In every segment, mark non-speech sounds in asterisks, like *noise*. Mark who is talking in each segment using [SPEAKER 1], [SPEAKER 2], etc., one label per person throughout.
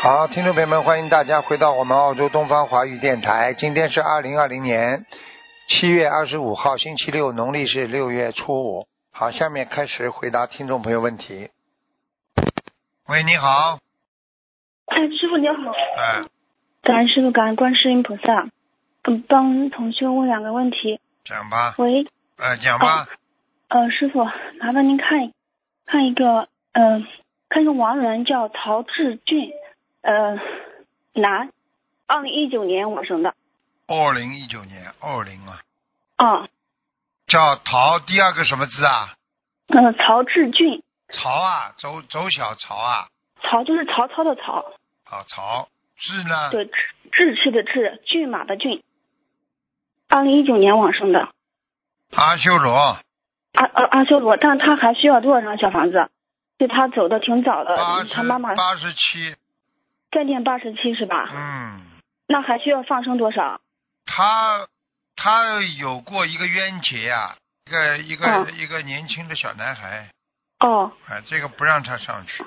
[SPEAKER 1] 好，听众朋友们，欢迎大家回到我们澳洲东方华语电台。今天是二零二零年七月二十五号，星期六，农历是六月初五。好，下面开始回答听众朋友问题。喂，你好，
[SPEAKER 2] 哎，师傅你好，
[SPEAKER 1] 嗯，
[SPEAKER 2] 感恩师傅，感恩观世音菩萨。嗯，帮同修问两个问题。
[SPEAKER 1] 讲吧，
[SPEAKER 2] 喂，
[SPEAKER 1] 呃，讲吧，
[SPEAKER 2] 呃，师傅，麻烦您看看一个，嗯、看一个亡人叫陶志俊，呃，男，二零一九年往生的。
[SPEAKER 1] 二零一九年，二零啊，
[SPEAKER 2] 啊，
[SPEAKER 1] 叫陶，第二个什么字啊？
[SPEAKER 2] 嗯、陶志俊，
[SPEAKER 1] 曹啊，走走小曹啊，
[SPEAKER 2] 曹就是曹操的曹，
[SPEAKER 1] 啊曹，志呢？
[SPEAKER 2] 对，志志气的志，骏马的骏。二零一九年往生的
[SPEAKER 1] 阿修罗，
[SPEAKER 2] 阿阿阿修罗，但他还需要多少张小房子？就他走的挺早的
[SPEAKER 1] 八，
[SPEAKER 2] 呃他
[SPEAKER 1] 十
[SPEAKER 2] 妈妈
[SPEAKER 1] 八十七，
[SPEAKER 2] 再念八十七是吧？
[SPEAKER 1] 嗯。
[SPEAKER 2] 那还需要放生多少？
[SPEAKER 1] 他他有过一个冤结啊，一个一个、
[SPEAKER 2] 嗯
[SPEAKER 1] 一个年轻的小男孩，
[SPEAKER 2] 哦
[SPEAKER 1] 啊，这个不让他上去，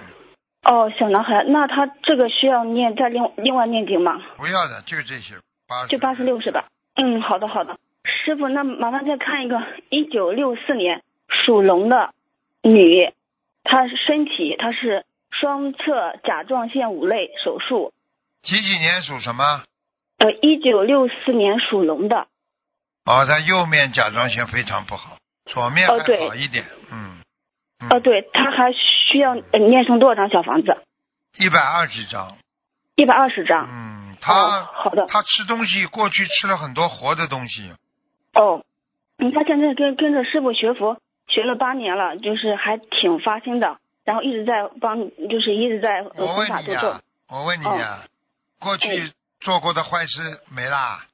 [SPEAKER 2] 哦，小男孩，那他这个需要念再另另外念经吗？
[SPEAKER 1] 不要的，就这些八
[SPEAKER 2] 就八十六是吧？嗯，好的好的，师傅，那麻烦再看一个一九六四年属龙的女，她身体她是双侧甲状腺五类手术，
[SPEAKER 1] 几几年属什么？
[SPEAKER 2] 呃，一九六四年属龙的，
[SPEAKER 1] 哦，他右面甲状腺非常不好，左面
[SPEAKER 2] 哦
[SPEAKER 1] 还
[SPEAKER 2] 对
[SPEAKER 1] 好一点，嗯，
[SPEAKER 2] 呃，对，她还需要、呃、念成多少张小房子？
[SPEAKER 1] 一百二十张，
[SPEAKER 2] 一百二十张。
[SPEAKER 1] 嗯，
[SPEAKER 2] 哦
[SPEAKER 1] 他、，
[SPEAKER 2] 好的。
[SPEAKER 1] 他吃东西过去吃了很多活的东西，
[SPEAKER 2] 哦，嗯，他现在跟跟着师傅学佛学了八年了，就是还挺发心的，然后一直在帮，就是一直在呃
[SPEAKER 1] 我
[SPEAKER 2] 弘
[SPEAKER 1] 问
[SPEAKER 2] 法哦
[SPEAKER 1] 你啊
[SPEAKER 2] 度
[SPEAKER 1] 呀、
[SPEAKER 2] 众。
[SPEAKER 1] 我问你呀、过
[SPEAKER 2] 嗯
[SPEAKER 1] 去做过的坏事没啦？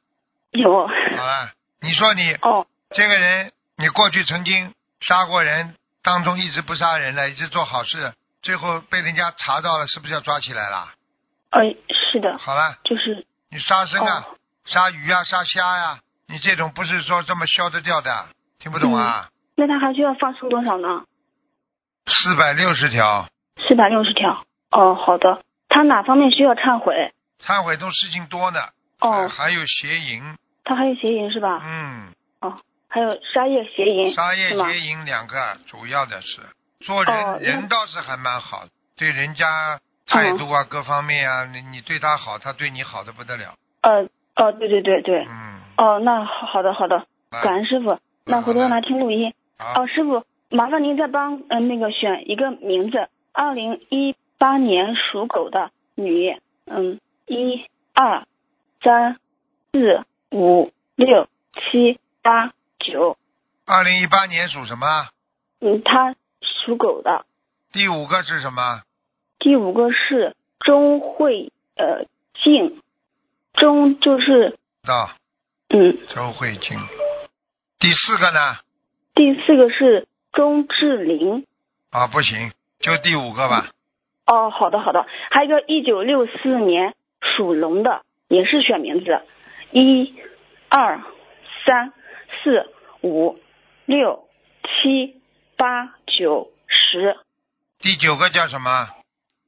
[SPEAKER 2] 有
[SPEAKER 1] 好了，你说你
[SPEAKER 2] *laughs* 哦
[SPEAKER 1] 这个人，你过去曾经杀过人，当中一直不杀人了，一直做好事，最后被人家查到了，是不是要抓起来了？
[SPEAKER 2] 呃是的，
[SPEAKER 1] 好了，
[SPEAKER 2] 就是
[SPEAKER 1] 你杀生啊，
[SPEAKER 2] 哦
[SPEAKER 1] 杀鱼啊，杀虾呀、你这种不是说这么消得掉的，听不懂啊？
[SPEAKER 2] 那他还需要放生多少呢？
[SPEAKER 1] 四百六十条，
[SPEAKER 2] 四百六十条。哦，好的。他哪方面需要忏悔？
[SPEAKER 1] 忏悔中事情多呢，呃
[SPEAKER 2] 哦，
[SPEAKER 1] 还有邪淫，
[SPEAKER 2] 他还有邪淫是吧？哦
[SPEAKER 1] 嗯，
[SPEAKER 2] 还有杀业邪淫
[SPEAKER 1] 杀业
[SPEAKER 2] 是吗？
[SPEAKER 1] 邪淫两个主要的是，做人、
[SPEAKER 2] 哦那
[SPEAKER 1] 人倒是还蛮好，对人家
[SPEAKER 2] 嗯
[SPEAKER 1] 态度啊、各方面啊，你你对他好，他对你好的不得了，
[SPEAKER 2] 呃哦，对对对对。
[SPEAKER 1] 嗯，
[SPEAKER 2] 哦，那好好的好的，
[SPEAKER 1] 来
[SPEAKER 2] 感恩师傅。那回头让他听录音。
[SPEAKER 1] 哎好
[SPEAKER 2] 哦，师傅，麻烦您再帮呃那个选一个名字，二零一八年属狗的女，嗯，一二三四五六七八九，
[SPEAKER 1] 二零一八年属什么？
[SPEAKER 2] 嗯，她属狗的。
[SPEAKER 1] 第五个是什么？
[SPEAKER 2] 第五个是钟慧呃静，钟就是
[SPEAKER 1] 到
[SPEAKER 2] 嗯，
[SPEAKER 1] 周慧静。第四个呢？
[SPEAKER 2] 第四个是钟志玲。
[SPEAKER 1] 啊，不行，就第五个吧。
[SPEAKER 2] 哦，好的好的，还有一个一九六四年属龙的，也是选名字，一、二、三、四、五、六、七、八、九、十。
[SPEAKER 1] 第九个叫什么？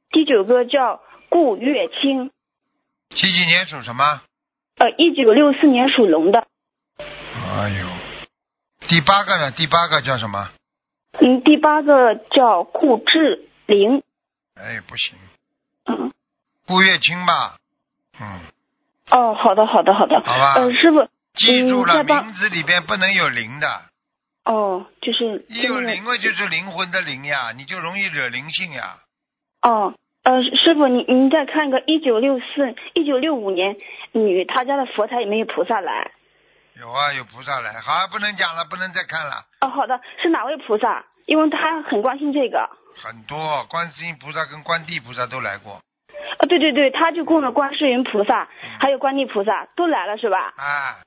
[SPEAKER 2] 第九个叫顾月清，
[SPEAKER 1] 几几年属什么？
[SPEAKER 2] 呃，一九六四年属龙的。
[SPEAKER 1] 哎呦，第八个呢？第八个叫什么？
[SPEAKER 2] 嗯，第八个叫顾志玲，
[SPEAKER 1] 哎，不行，
[SPEAKER 2] 嗯，
[SPEAKER 1] 顾月清吧。嗯，
[SPEAKER 2] 哦，好的好的好的，
[SPEAKER 1] 好吧
[SPEAKER 2] 呃，师傅，
[SPEAKER 1] 记住了，
[SPEAKER 2] 嗯再帮
[SPEAKER 1] 名字里边不能有灵的，
[SPEAKER 2] 哦，就是
[SPEAKER 1] 一有灵了就是灵魂的灵呀，你就容易惹灵性呀。
[SPEAKER 2] 哦，呃，师傅，您您再看个一九六四、一九六五年女，她家的佛台有没有菩萨来？
[SPEAKER 1] 有啊，有菩萨来，好，不能讲了，不能再看了。
[SPEAKER 2] 哦，好的，是哪位菩萨？因为他很关心这个。
[SPEAKER 1] 很多观世音菩萨跟观地菩萨都来过
[SPEAKER 2] 哦，对对对，他就供了观世音菩萨，
[SPEAKER 1] 嗯
[SPEAKER 2] 还有观地菩萨都来了是吧？
[SPEAKER 1] 啊。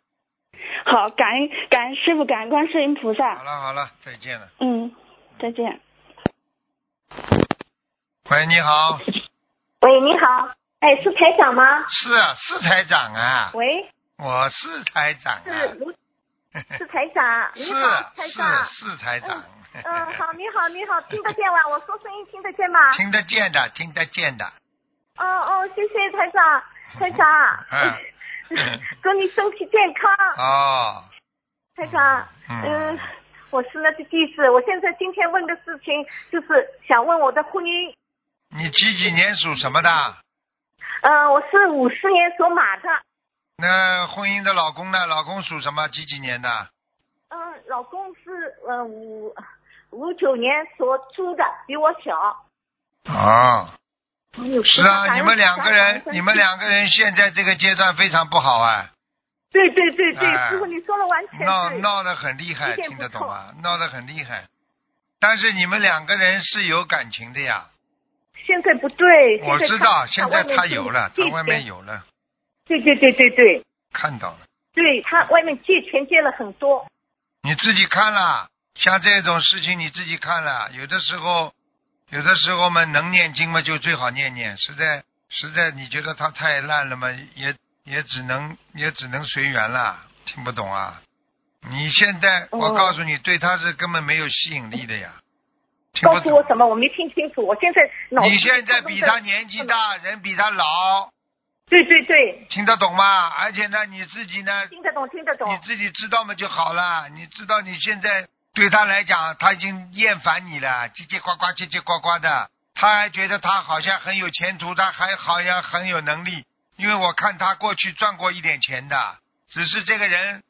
[SPEAKER 2] 好，感恩感恩师傅，感恩观世音菩
[SPEAKER 1] 好
[SPEAKER 2] 萨。
[SPEAKER 1] 了好了，再见了。
[SPEAKER 2] 嗯，再见。
[SPEAKER 1] 喂，你好，
[SPEAKER 3] 喂，你好，哎，是台长吗？
[SPEAKER 1] 是啊是台长啊，
[SPEAKER 3] 喂，
[SPEAKER 1] 我是台长啊，
[SPEAKER 3] 是卢，是台长，
[SPEAKER 1] *laughs* 是啊
[SPEAKER 3] 你好，台长。嗯
[SPEAKER 1] 是是台长，嗯 *laughs*
[SPEAKER 3] 嗯，好，你好，你好，听得见吗？我说声音听得见吗？
[SPEAKER 1] 听得见的，听得见的，
[SPEAKER 3] 哦哦，谢谢台长，台长。
[SPEAKER 1] 嗯
[SPEAKER 3] *laughs* 祝你身体健康，
[SPEAKER 1] 啊，
[SPEAKER 3] 台长。
[SPEAKER 1] 嗯
[SPEAKER 3] 嗯，我是那个弟子，我现在今天问的事情就是想问我的婚姻。
[SPEAKER 1] 你几几年属什么的？
[SPEAKER 3] 嗯，我是五十年属马的。
[SPEAKER 1] 那婚姻的老公呢？老公属什么？几几年的？
[SPEAKER 3] 嗯，老公是嗯五五九年属猪的，比我
[SPEAKER 1] 嗯
[SPEAKER 3] 小。
[SPEAKER 1] 啊，是啊，你们两个人，你们
[SPEAKER 3] 俩。
[SPEAKER 1] 两个人现在这个阶段非常不好啊，
[SPEAKER 3] 对对对对，
[SPEAKER 1] 哎
[SPEAKER 3] 师傅你说的完全
[SPEAKER 1] 闹
[SPEAKER 3] 对。
[SPEAKER 1] 闹得很厉害，
[SPEAKER 3] 一点
[SPEAKER 1] 听
[SPEAKER 3] 不
[SPEAKER 1] 得懂吗？闹得很厉害，但是你们两个人是有感情的呀，
[SPEAKER 3] 现在不对。
[SPEAKER 1] 我知道，现在他有了，他
[SPEAKER 3] 他
[SPEAKER 1] 外面。有了，
[SPEAKER 3] 对对对对对，
[SPEAKER 1] 看到了，
[SPEAKER 3] 对他外面借钱借了很多。
[SPEAKER 1] 你自己看了，像这种事情你自己看了，有的时候，有的时候嘛，能念经嘛就最好念念，实在实在你觉得他太烂了嘛，也也只能也只能随缘了，听不懂啊？你现在
[SPEAKER 3] 哦
[SPEAKER 1] 我告诉你，对他是根本没有吸引力的呀，听
[SPEAKER 3] 告
[SPEAKER 1] 不
[SPEAKER 3] 诉我
[SPEAKER 1] 懂。
[SPEAKER 3] 什么？我没听清楚。我现在脑子
[SPEAKER 1] 你现在比他年纪。大，人比他老，
[SPEAKER 3] 对对对，
[SPEAKER 1] 听得懂吗？而且呢，你自己呢，
[SPEAKER 3] 听得懂听得懂。
[SPEAKER 1] 你自己知道嘛就好了。你知道你现在对他来讲，他已经厌烦你了，叽叽呱呱，叽叽呱呱的。他还觉得他好像很有前途，他还好像很有能力，因为我看他过去赚过一点钱的，只是这个人，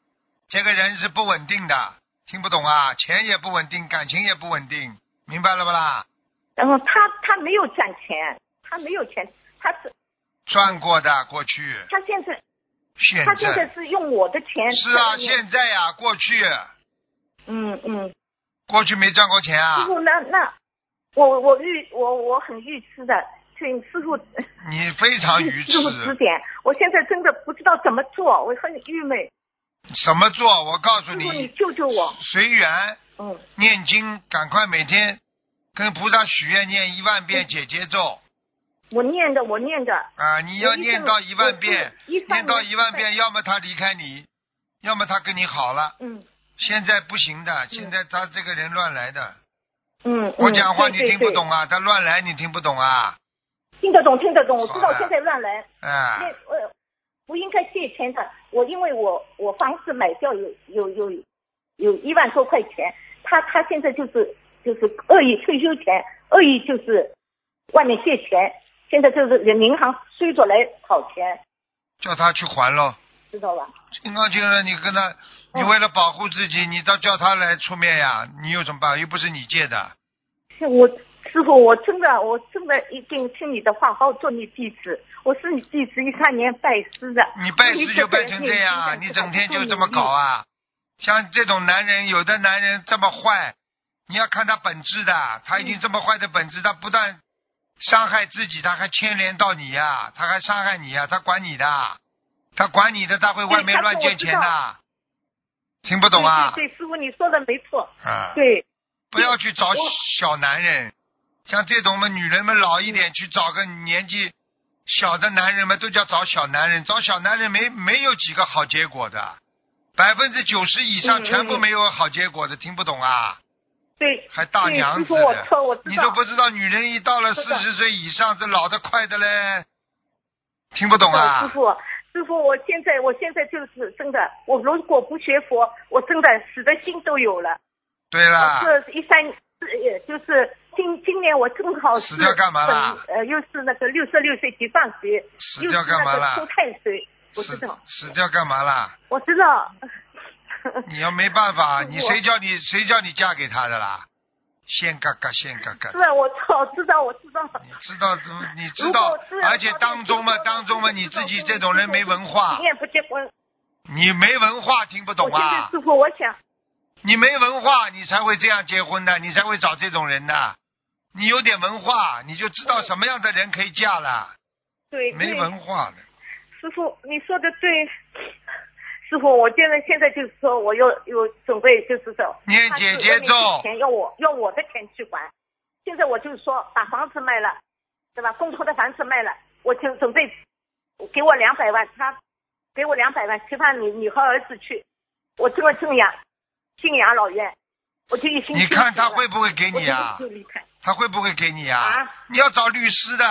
[SPEAKER 1] 这个人是不稳定的，听不懂啊，钱也不稳定，感情也不稳定，明白了不啦？
[SPEAKER 3] 然后他他没有赚钱，他没有钱，他是
[SPEAKER 1] 赚过的过去，
[SPEAKER 3] 他现在
[SPEAKER 1] 现
[SPEAKER 3] 他现在
[SPEAKER 1] 在
[SPEAKER 3] 是用我的钱。
[SPEAKER 1] 是啊，现在呀、过去
[SPEAKER 3] 嗯嗯，
[SPEAKER 1] 过去没赚过钱啊
[SPEAKER 3] 师，傅那那我我预我我很预知的，请师傅
[SPEAKER 1] 你非常愚
[SPEAKER 3] *laughs* 师傅指
[SPEAKER 1] 痴。
[SPEAKER 3] 点。我现在真的不知道怎么做，我很郁闷。
[SPEAKER 1] 什么做？我告诉
[SPEAKER 3] 师傅你
[SPEAKER 1] 你，
[SPEAKER 3] 救救我。
[SPEAKER 1] 随缘
[SPEAKER 3] 嗯，
[SPEAKER 1] 念经，赶快每天跟菩萨许愿，念一万遍解结咒
[SPEAKER 3] 我念的我念的。
[SPEAKER 1] 啊！你要念到一万遍，
[SPEAKER 3] 一
[SPEAKER 1] 念到一万。遍，要么他离开你，要么他跟你好了。
[SPEAKER 3] 嗯
[SPEAKER 1] 现在不行的，现在他这个人乱来的。
[SPEAKER 3] 嗯。
[SPEAKER 1] 我讲话你
[SPEAKER 3] 对对
[SPEAKER 1] 听不
[SPEAKER 3] 对
[SPEAKER 1] 懂啊，他乱来你听不懂啊，
[SPEAKER 3] 听得懂，听得懂，我知
[SPEAKER 1] 好
[SPEAKER 3] 道
[SPEAKER 1] 了
[SPEAKER 3] 现在乱来。那
[SPEAKER 1] 哎，
[SPEAKER 3] 呃，不应该借钱的。我因为我我房子买掉有有有有一万多块钱，他他现在就是就是恶意退休前，恶意就是外面借钱，现在就是人银行追着来讨钱，
[SPEAKER 1] 叫他去还喽。
[SPEAKER 3] 知道吧？
[SPEAKER 1] 金刚经了，你跟他，你
[SPEAKER 3] 嗯
[SPEAKER 1] 为了保护自己，你倒叫他来出面呀，你有什么办法？又不是你借的。
[SPEAKER 3] 我师傅，我真的，我真的一定听你的话，好好做你弟子。我是你弟子，一三年拜师的。
[SPEAKER 1] 你拜师就拜成这样啊，你整天就这么搞啊！像这种男人，有的男人这么坏，你要看他本质的，他已经这么坏的本质，他不但伤害自己，他还牵连到你呀、他还伤害你呀、他管你的，他管你哎的，他会外面乱借钱
[SPEAKER 3] 对
[SPEAKER 1] 的、
[SPEAKER 3] 他
[SPEAKER 1] 听不懂啊？
[SPEAKER 3] 对对对，师傅你说的没错。
[SPEAKER 1] 啊，
[SPEAKER 3] 对，
[SPEAKER 1] 不要去找
[SPEAKER 3] 我
[SPEAKER 1] 小男人，像这种嘛，女人们老一
[SPEAKER 3] 嗯
[SPEAKER 1] 点去找个年纪小的男人们，都叫找小男人，找小男人没没有几个好结果的，百分之九十以上
[SPEAKER 3] 嗯
[SPEAKER 1] 全部
[SPEAKER 3] 嗯
[SPEAKER 1] 没有好结果的，听不懂啊？
[SPEAKER 3] 对，
[SPEAKER 1] 还大娘子
[SPEAKER 3] 对师傅我
[SPEAKER 1] 的，
[SPEAKER 3] 错，我知
[SPEAKER 1] 你都
[SPEAKER 3] 道。
[SPEAKER 1] 不知道女人一到了
[SPEAKER 3] 知
[SPEAKER 1] 四
[SPEAKER 3] 道
[SPEAKER 1] 十岁以上，这老的快的嘞，听不懂
[SPEAKER 3] 师
[SPEAKER 1] 啊？
[SPEAKER 3] 傅，师傅，我现在我现在就是真的，我如果不学佛，我真的死的心都有了。
[SPEAKER 1] 对啦，
[SPEAKER 3] 我是一三，呃就是今今年我正好是
[SPEAKER 1] 死掉干嘛啦
[SPEAKER 3] 呃，又是那个六十六岁去放学，
[SPEAKER 1] 死
[SPEAKER 3] 又是
[SPEAKER 1] 掉干嘛
[SPEAKER 3] 那
[SPEAKER 1] 啦
[SPEAKER 3] 个出太岁，我知
[SPEAKER 1] 死
[SPEAKER 3] 道，
[SPEAKER 1] 死掉干嘛啦？
[SPEAKER 3] 我知道。
[SPEAKER 1] 你要没办法，你
[SPEAKER 3] 我
[SPEAKER 1] 谁叫你谁叫你嫁给他的啦？现嘎嘎现嘎嘎
[SPEAKER 3] *laughs* 是，啊，我知道，我知道，我知道。
[SPEAKER 1] 你知道，你知
[SPEAKER 3] 如
[SPEAKER 1] 道
[SPEAKER 3] 果是，
[SPEAKER 1] 而且当中嘛，
[SPEAKER 3] 他
[SPEAKER 1] 当中嘛，
[SPEAKER 3] 就是
[SPEAKER 1] 你自己这种人没文化
[SPEAKER 3] 宁，愿不结婚。
[SPEAKER 1] 你没文化听不懂
[SPEAKER 3] 我现在
[SPEAKER 1] 啊！
[SPEAKER 3] 师傅，我想，
[SPEAKER 1] 你没文化，你才会这样结婚的，你才会找这种人的。你有点文化，你就知道什么样的人可以嫁了。
[SPEAKER 3] 对，
[SPEAKER 1] 没
[SPEAKER 3] 对
[SPEAKER 1] 文化的，
[SPEAKER 3] 师傅，你说的对。师傅，我现在现在就是说，我又有准备，就是说，
[SPEAKER 1] 念
[SPEAKER 3] 他
[SPEAKER 1] 姐
[SPEAKER 3] 是
[SPEAKER 1] 姐
[SPEAKER 3] 外面借
[SPEAKER 1] 咒，
[SPEAKER 3] 钱要我要我的钱去还。现在我就是说，把房子卖了，对吧？共同的房子卖了，我就准备给我两百万，他给我两百万，去怕你你和儿子去。我这个信仰信仰老院，我就一心。
[SPEAKER 1] 你看他会不会给
[SPEAKER 3] 给
[SPEAKER 1] 你啊
[SPEAKER 3] 就？离开。
[SPEAKER 1] 他会不会给你啊
[SPEAKER 3] 啊？
[SPEAKER 1] 你要找律师的，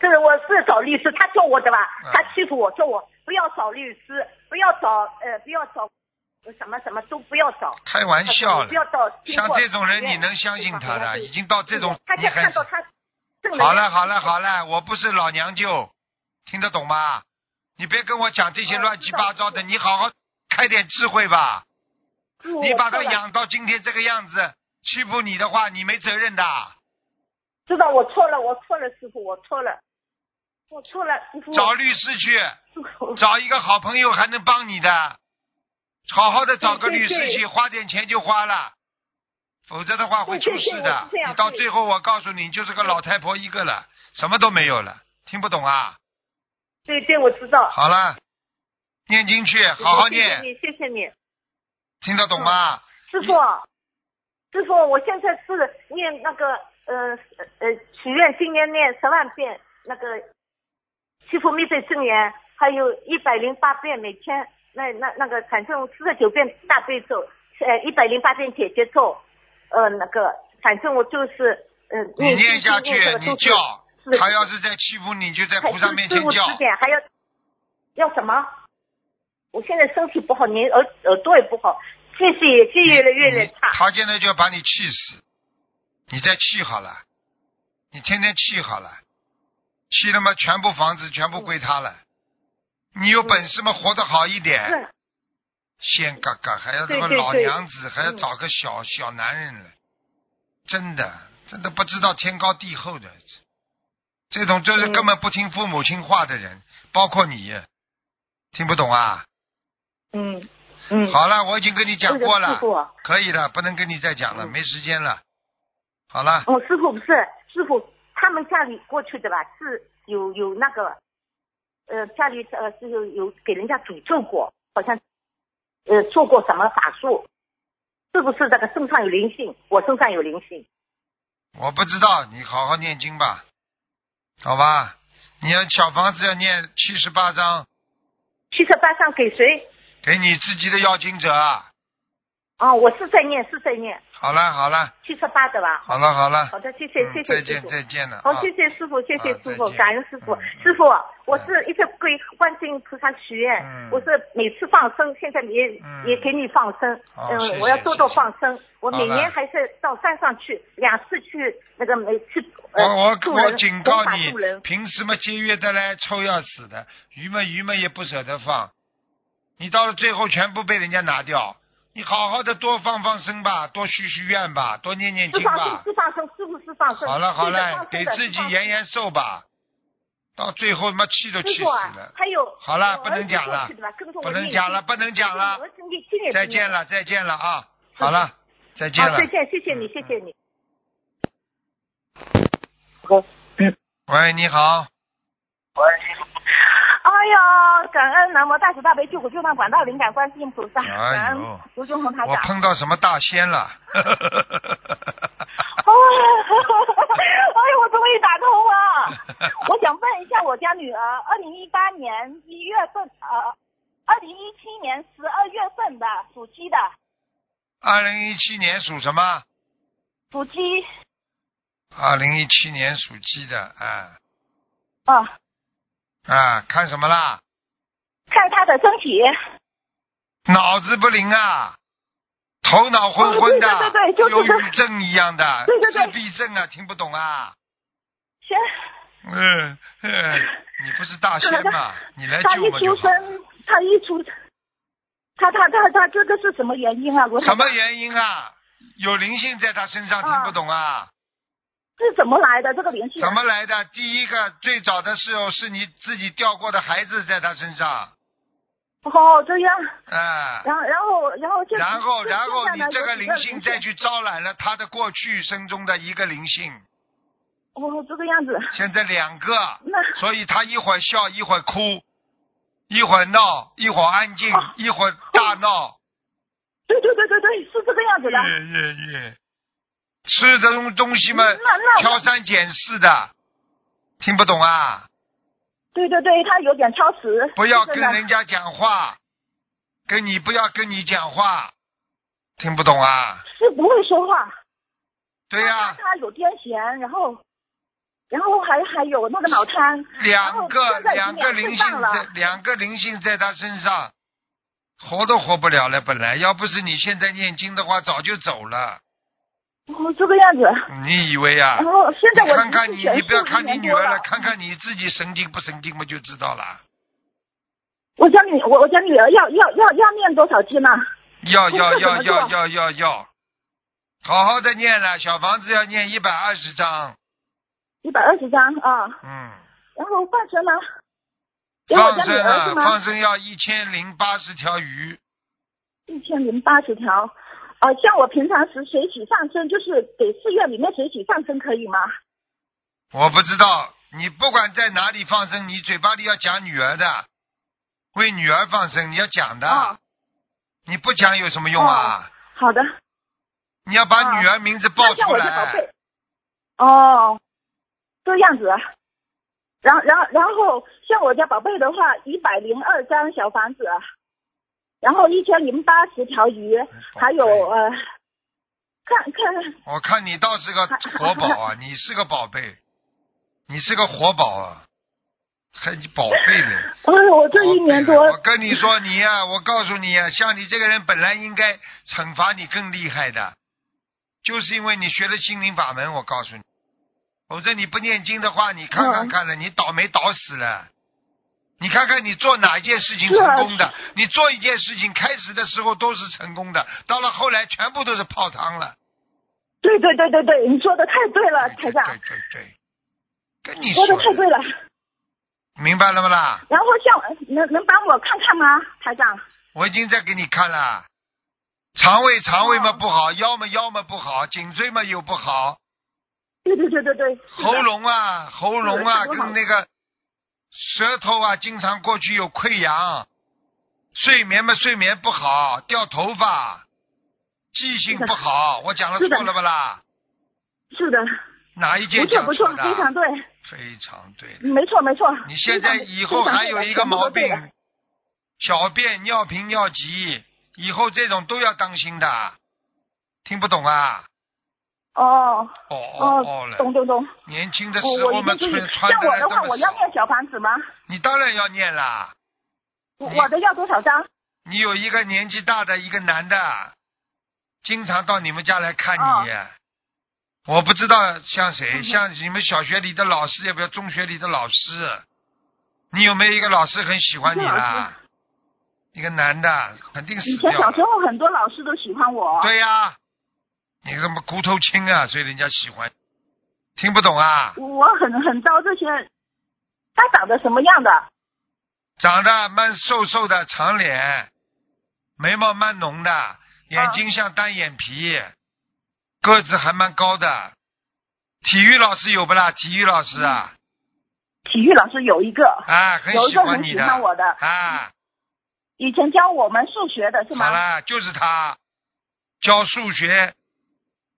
[SPEAKER 3] 这是我是找律师，他叫我的吧
[SPEAKER 1] 嗯，
[SPEAKER 3] 他欺负我，叫我不要找律师，不要找呃，不要找呃什么什么都不要找。
[SPEAKER 1] 开玩笑
[SPEAKER 3] 他说你不要
[SPEAKER 1] 了。
[SPEAKER 3] 找经
[SPEAKER 1] 像
[SPEAKER 3] 过
[SPEAKER 1] 这种人，
[SPEAKER 3] 法院
[SPEAKER 1] 你能相信他
[SPEAKER 3] 对吧
[SPEAKER 1] 的？已经到这种，
[SPEAKER 3] 嗯他
[SPEAKER 1] 你
[SPEAKER 3] 就
[SPEAKER 1] 很
[SPEAKER 3] 看到他正能量
[SPEAKER 1] 好了好了好了，我不是老娘舅，听得懂吗？你别跟我讲这些
[SPEAKER 3] 哦
[SPEAKER 1] 乱七八糟的，你好好开点智慧吧。
[SPEAKER 3] 是我
[SPEAKER 1] 你把
[SPEAKER 3] 错
[SPEAKER 1] 他
[SPEAKER 3] 了
[SPEAKER 1] 养到今天这个样子，欺负你的话，你没责任的。
[SPEAKER 3] 知道我错了，我错了，师傅，我错了，我错了，师傅。
[SPEAKER 1] 找律师去，
[SPEAKER 3] 师傅
[SPEAKER 1] 找一个好朋友还能帮你的，好好的找个
[SPEAKER 3] 对对
[SPEAKER 1] 律师
[SPEAKER 3] 对
[SPEAKER 1] 去，花点钱就花了，否则的话会出
[SPEAKER 3] 对对对
[SPEAKER 1] 事的
[SPEAKER 3] 我是这。样
[SPEAKER 1] 你到
[SPEAKER 3] 对
[SPEAKER 1] 最后，我告诉你，你就是个老太婆一个了，什么都没有了，听不懂啊？
[SPEAKER 3] *laughs* 对对，我知道。
[SPEAKER 1] 好了，念经去，好好
[SPEAKER 3] 谢
[SPEAKER 1] 念，
[SPEAKER 3] 谢你，谢谢你，
[SPEAKER 1] 听得懂吗？
[SPEAKER 3] 师傅，师傅，我现在是念那个呃呃许愿，今年念十万遍那个七佛灭罪真言，还有一百零八遍每天那那那个产生四十九遍大悲咒，呃一百零八遍解结咒，呃那个反正我就是呃
[SPEAKER 1] 你念
[SPEAKER 3] 念
[SPEAKER 1] 下
[SPEAKER 3] 经念
[SPEAKER 1] 去
[SPEAKER 3] 这，个
[SPEAKER 1] 你
[SPEAKER 3] 都是
[SPEAKER 1] 叫
[SPEAKER 3] 49
[SPEAKER 1] 他要是再欺负你，就在
[SPEAKER 3] 还
[SPEAKER 1] 菩萨面前
[SPEAKER 3] 师傅
[SPEAKER 1] 叫
[SPEAKER 3] 指。点，还要要什么？我现在身体不好，你耳耳朵也不好，记性也记越来越来
[SPEAKER 1] 你
[SPEAKER 3] 差。
[SPEAKER 1] 他现在就要把你气死，你再气好了，你天天气好了，气了嘛，全部房子全部归他了。
[SPEAKER 3] 嗯
[SPEAKER 1] 你有本事嘛，活得好一点，
[SPEAKER 3] 是，
[SPEAKER 1] 先嘎嘎，还要这
[SPEAKER 3] 对
[SPEAKER 1] 么
[SPEAKER 3] 对
[SPEAKER 1] 老
[SPEAKER 3] 对嗯
[SPEAKER 1] 娘子，还要找个小小男人了，真的，真的不知道天高地厚的，这种就是
[SPEAKER 3] 嗯
[SPEAKER 1] 根本不听父母亲话的人，包括你，听不懂啊？
[SPEAKER 3] 嗯嗯，
[SPEAKER 1] 好了，我已经跟你讲
[SPEAKER 3] 那个
[SPEAKER 1] 过了
[SPEAKER 3] 师，傅，
[SPEAKER 1] 可以了，不能跟你再讲了，
[SPEAKER 3] 嗯
[SPEAKER 1] 没时间了。好了，
[SPEAKER 3] 我哦师傅不是师傅，他们家里过去的吧，是有有那个，呃，家里呃是有有给人家诅咒过，好像呃做过什么法术，是不是这个身上有灵性？我身上有灵性。
[SPEAKER 1] 我不知道，你好好念经吧，好吧？你要小房子要念七十八章，
[SPEAKER 3] 七十八上给谁？
[SPEAKER 1] 给你自己的要经者。
[SPEAKER 3] 啊、我是在念，是在念。
[SPEAKER 1] 好了，好了，
[SPEAKER 3] 七十八的吧？
[SPEAKER 1] 好了，好了，
[SPEAKER 3] 好的，谢谢
[SPEAKER 1] 嗯
[SPEAKER 3] 谢
[SPEAKER 1] 再
[SPEAKER 3] 谢师
[SPEAKER 1] 见，
[SPEAKER 3] 傅。
[SPEAKER 1] 再见了啊
[SPEAKER 3] 好，！谢谢师傅，谢谢
[SPEAKER 1] 啊
[SPEAKER 3] 师傅
[SPEAKER 1] 再见，
[SPEAKER 3] 感恩师傅
[SPEAKER 1] 嗯。
[SPEAKER 3] 师傅，我是一直给观世音菩萨许
[SPEAKER 1] 嗯
[SPEAKER 3] 愿，我是每次放生，现在也
[SPEAKER 1] 嗯
[SPEAKER 3] 也给你放生。
[SPEAKER 1] 好谢
[SPEAKER 3] 嗯，
[SPEAKER 1] 谢
[SPEAKER 3] 我要多多
[SPEAKER 1] 谢谢
[SPEAKER 3] 放生。我每
[SPEAKER 1] 好
[SPEAKER 3] 年
[SPEAKER 1] 了
[SPEAKER 3] 还是到山上去，两次去那个每次呃
[SPEAKER 1] 我我
[SPEAKER 3] 渡
[SPEAKER 1] 我
[SPEAKER 3] 人，
[SPEAKER 1] 警
[SPEAKER 3] 弘
[SPEAKER 1] 告
[SPEAKER 3] 法
[SPEAKER 1] 你
[SPEAKER 3] 渡人，。
[SPEAKER 1] 平时嘛节约的嘞，臭要死的，鱼嘛鱼嘛也不舍得放，你到了最后全部被人家拿掉。你好好的多放放生吧，多许许愿吧，多念念
[SPEAKER 3] 是
[SPEAKER 1] 经
[SPEAKER 3] 放
[SPEAKER 1] 吧
[SPEAKER 3] *laughs* 生，。是放生，是不是放生？
[SPEAKER 1] 好了好
[SPEAKER 3] 是的
[SPEAKER 1] 了
[SPEAKER 3] 放，生
[SPEAKER 1] 给
[SPEAKER 3] 的
[SPEAKER 1] 自己
[SPEAKER 3] 是放
[SPEAKER 1] 延延寿吧，到最后他妈气都
[SPEAKER 3] 生
[SPEAKER 1] 气
[SPEAKER 3] 师
[SPEAKER 1] 死
[SPEAKER 3] 傅啊
[SPEAKER 1] 了，。
[SPEAKER 3] 还有
[SPEAKER 1] 好了
[SPEAKER 3] 我
[SPEAKER 1] 不能
[SPEAKER 3] 儿子
[SPEAKER 1] 讲
[SPEAKER 3] 过
[SPEAKER 1] 了
[SPEAKER 3] 去的吧跟着我
[SPEAKER 1] 不能
[SPEAKER 3] 念
[SPEAKER 1] 讲
[SPEAKER 3] 经
[SPEAKER 1] 了不能讲了
[SPEAKER 3] 我儿子念经也不
[SPEAKER 1] 再
[SPEAKER 3] 念
[SPEAKER 1] 见了再见了啊！好了，再见
[SPEAKER 3] 好，
[SPEAKER 1] 了
[SPEAKER 3] 再。见，谢谢你，谢谢你。
[SPEAKER 1] 喂，你好，
[SPEAKER 3] 哎呀，感恩南无大慈大悲救苦救难广大灵感观世音菩萨，
[SPEAKER 1] 哎呦
[SPEAKER 3] 感恩卢俊宏台
[SPEAKER 1] 我
[SPEAKER 3] 长。
[SPEAKER 1] 碰到什么大仙
[SPEAKER 3] *laughs*
[SPEAKER 1] 了？
[SPEAKER 3] 哦， *laughs* 哎呦，我终于打通
[SPEAKER 1] *laughs*
[SPEAKER 3] 了。我想问一下我家女儿，二零一八年一月份，呃，二零一七年十二月份的，属鸡的，
[SPEAKER 1] 二零一七年属什么？
[SPEAKER 3] 属鸡，
[SPEAKER 1] 二零一七年属鸡的，啊
[SPEAKER 3] 啊、
[SPEAKER 1] 啊，看什么啦？
[SPEAKER 3] 看她的身体。
[SPEAKER 1] 脑子不灵啊，头脑昏昏的，
[SPEAKER 3] 哦对对对对就是
[SPEAKER 1] 忧郁症一样的，
[SPEAKER 3] *laughs* 对对对
[SPEAKER 1] 自闭症啊，听不懂啊。
[SPEAKER 3] 先，
[SPEAKER 1] 嗯，嗯，你啊不是大仙
[SPEAKER 3] *laughs*
[SPEAKER 1] 吗？你来
[SPEAKER 3] 她
[SPEAKER 1] 救
[SPEAKER 3] 一
[SPEAKER 1] 我就
[SPEAKER 3] 出
[SPEAKER 1] 好了。
[SPEAKER 3] 生，她一出生，她她她她这个是什么原因啊？我
[SPEAKER 1] 什么原因啊？有灵性在他身上，
[SPEAKER 3] 啊
[SPEAKER 1] 听不懂啊？
[SPEAKER 3] 是怎么来的这个灵性？
[SPEAKER 1] 怎么来的？第一个最早的时候是你自己掉过的孩子在他身上，
[SPEAKER 3] 哦，这样，
[SPEAKER 1] 啊，
[SPEAKER 3] 然后然后然后就
[SPEAKER 1] 然后
[SPEAKER 3] 就
[SPEAKER 1] 然后
[SPEAKER 3] 现
[SPEAKER 1] 你
[SPEAKER 3] 在呢
[SPEAKER 1] 这个
[SPEAKER 3] 有几
[SPEAKER 1] 灵性再去招揽了他的过去生中的一个灵性，
[SPEAKER 3] 哦这个样子，
[SPEAKER 1] 现在两个，
[SPEAKER 3] 那
[SPEAKER 1] 所以他一会儿笑，一会儿哭，一会儿闹，一会儿安静
[SPEAKER 3] 啊，
[SPEAKER 1] 一会儿大闹，
[SPEAKER 3] 对对对对对是这个样子的，
[SPEAKER 1] 耶耶耶！吃这种东西嘛
[SPEAKER 3] 那，那
[SPEAKER 1] 挑
[SPEAKER 3] 那
[SPEAKER 1] 三拣四的，听不懂啊！
[SPEAKER 3] 对对对，他有点挑食，
[SPEAKER 1] 不要跟
[SPEAKER 3] 真的
[SPEAKER 1] 人家讲话，跟你不要跟你讲话，听不懂啊？
[SPEAKER 3] 是不会说话，
[SPEAKER 1] 对呀、啊
[SPEAKER 3] 他他有癫痫，然后
[SPEAKER 2] 然后还还有那个脑瘫，然
[SPEAKER 1] 两
[SPEAKER 2] 后
[SPEAKER 1] 个
[SPEAKER 2] 现在已
[SPEAKER 1] 两个灵
[SPEAKER 2] 经两次
[SPEAKER 1] 性
[SPEAKER 2] 放了
[SPEAKER 1] 在两个灵性在他身上，活都活不了了。本来要不是你现在念经的话，早就走了。
[SPEAKER 2] 哦，这个样子。
[SPEAKER 1] 你以为啊？
[SPEAKER 2] 然后现在我
[SPEAKER 1] 你看看
[SPEAKER 2] 已
[SPEAKER 1] 你，
[SPEAKER 2] 经
[SPEAKER 1] 你不要
[SPEAKER 2] 全素
[SPEAKER 1] 看你
[SPEAKER 2] 一年
[SPEAKER 1] 女
[SPEAKER 2] 多
[SPEAKER 1] 儿
[SPEAKER 2] 了
[SPEAKER 1] 了，看看你自己神经不神经不就知道
[SPEAKER 2] *laughs*
[SPEAKER 1] 了。
[SPEAKER 2] 我家女我我家女儿要要要要念多少啊经呢？
[SPEAKER 1] 要要
[SPEAKER 2] 功课怎
[SPEAKER 1] 要
[SPEAKER 2] 么
[SPEAKER 1] 要
[SPEAKER 2] 做
[SPEAKER 1] 要要要，好好的念了，小房子要念一百二十章，
[SPEAKER 2] 一百二十张啊。
[SPEAKER 1] 嗯，
[SPEAKER 2] 然后放生呢？给我
[SPEAKER 1] 放
[SPEAKER 2] 家女
[SPEAKER 1] 生
[SPEAKER 2] 儿是
[SPEAKER 1] 啊，
[SPEAKER 2] 吗
[SPEAKER 1] 放？生要一千零八十条鱼，
[SPEAKER 2] 一千零八十条。呃，像我平常时水洗上身，就是给寺院里面水洗上身，可以吗？
[SPEAKER 1] 我不知道，你不管在哪里放生，你嘴巴里要讲女儿的，为女儿放生，你要讲的，
[SPEAKER 2] 哦
[SPEAKER 1] 你不讲有什么用啊？
[SPEAKER 2] 好的。
[SPEAKER 1] 你要把女儿名字报
[SPEAKER 2] 那像
[SPEAKER 1] 出
[SPEAKER 2] 我的
[SPEAKER 1] 来。
[SPEAKER 2] 宝贝。哦，这样子啊。然后，然后，然后，像我家宝贝的话，一百零二张小房子，啊然后一千零八十条鱼，
[SPEAKER 1] 哎
[SPEAKER 2] 还有呃，看看
[SPEAKER 1] 我看你倒是个活宝啊，你是个宝贝，你是个活宝啊，还宝贝呢。
[SPEAKER 2] 哎呦，我这一年多，
[SPEAKER 1] 我跟你说，你呀、我告诉你呀、像你这个人，本来应该惩罚你更厉害的，就是因为你学了心灵法门，我告诉你，否则你不念经的话，你看看
[SPEAKER 2] 嗯
[SPEAKER 1] 看了，你倒霉倒死了。你看看你做哪一件事情
[SPEAKER 2] 是啊
[SPEAKER 1] 成功的？你做一件事情开始的时候都是成功的，到了后来全部都是泡汤了。
[SPEAKER 2] 对对对对对，你说的太对了，
[SPEAKER 1] 对
[SPEAKER 2] 啊台
[SPEAKER 1] 对
[SPEAKER 2] 长，
[SPEAKER 1] 对对对，跟哎你
[SPEAKER 2] 说的
[SPEAKER 1] 的
[SPEAKER 2] 太对了。
[SPEAKER 1] 明白了不啦？
[SPEAKER 2] 然后像能能帮我看看吗，台长？
[SPEAKER 1] 我已经在给你看了，肠胃肠胃嘛
[SPEAKER 2] 哦
[SPEAKER 1] 不好，腰嘛腰嘛不好，颈椎嘛又不好，
[SPEAKER 2] 对对对对对，是的
[SPEAKER 1] 喉咙啊喉咙啊
[SPEAKER 2] 是的是的
[SPEAKER 1] 跟那个舌头啊，经常过去有溃疡，睡眠嘛睡眠不好，掉头发，记性
[SPEAKER 2] 是的
[SPEAKER 1] 不好，我讲了
[SPEAKER 2] 是的
[SPEAKER 1] 错了不啦？
[SPEAKER 2] 是的，
[SPEAKER 1] 哪一
[SPEAKER 2] 不
[SPEAKER 1] 件
[SPEAKER 2] 错
[SPEAKER 1] 讲
[SPEAKER 2] 不错
[SPEAKER 1] 错，的？
[SPEAKER 2] 非常对，
[SPEAKER 1] 非常对的。
[SPEAKER 2] 没错没错。
[SPEAKER 1] 你现在
[SPEAKER 2] 非常
[SPEAKER 1] 以后还有一个毛病
[SPEAKER 2] 非常对的，
[SPEAKER 1] 小便尿频尿急，以后这种都要当心的。听不懂啊？
[SPEAKER 2] 哦
[SPEAKER 1] 哦哦哦
[SPEAKER 2] 哦，
[SPEAKER 1] 了
[SPEAKER 2] 懂，懂懂。
[SPEAKER 1] 年轻的时
[SPEAKER 2] 我
[SPEAKER 1] 候
[SPEAKER 2] 我
[SPEAKER 1] 我
[SPEAKER 2] 一定
[SPEAKER 1] 们
[SPEAKER 2] 注
[SPEAKER 1] 穿
[SPEAKER 2] 意。
[SPEAKER 1] 穿
[SPEAKER 2] 像
[SPEAKER 1] 的
[SPEAKER 2] 我
[SPEAKER 1] 还
[SPEAKER 2] 的
[SPEAKER 1] 这
[SPEAKER 2] 话，
[SPEAKER 1] 么
[SPEAKER 2] 我要
[SPEAKER 1] 少，
[SPEAKER 2] 念小房子吗？
[SPEAKER 1] 你当然要念啦。
[SPEAKER 2] 我
[SPEAKER 1] 你
[SPEAKER 2] 我的要多少张？
[SPEAKER 1] 你有一个年纪大的一个男的，经常到你们家来看你。我不知道像谁，
[SPEAKER 2] 哦嗯
[SPEAKER 1] 像你们小学里的老师，要不要中学里的老师？你有没有一个老师很喜欢你
[SPEAKER 2] 一个老
[SPEAKER 1] 啦？一个男的，肯定
[SPEAKER 2] 以
[SPEAKER 1] 死
[SPEAKER 2] 前
[SPEAKER 1] 掉
[SPEAKER 2] 小时
[SPEAKER 1] 了。
[SPEAKER 2] 候很多老师都喜欢我。
[SPEAKER 1] 对呀、你怎么骨头轻啊？所以人家喜欢。听不懂啊？
[SPEAKER 2] 我我很很招这些。他长得什么样的？
[SPEAKER 1] 长得蛮瘦瘦的，长脸，眉毛蛮浓
[SPEAKER 2] 啊
[SPEAKER 1] 的，眼睛像单眼皮，个子还蛮高的。体育老师有不啦？体育老师啊，
[SPEAKER 2] 体育老师有一个，
[SPEAKER 1] 啊，很
[SPEAKER 2] 嗯有一
[SPEAKER 1] 喜
[SPEAKER 2] 个
[SPEAKER 1] 欢
[SPEAKER 2] 很
[SPEAKER 1] 你
[SPEAKER 2] 喜
[SPEAKER 1] 的，
[SPEAKER 2] 欢我的，
[SPEAKER 1] 啊，
[SPEAKER 2] 以前教我们数学的是
[SPEAKER 1] 好
[SPEAKER 2] 吗？
[SPEAKER 1] 啦，就是他，教数学。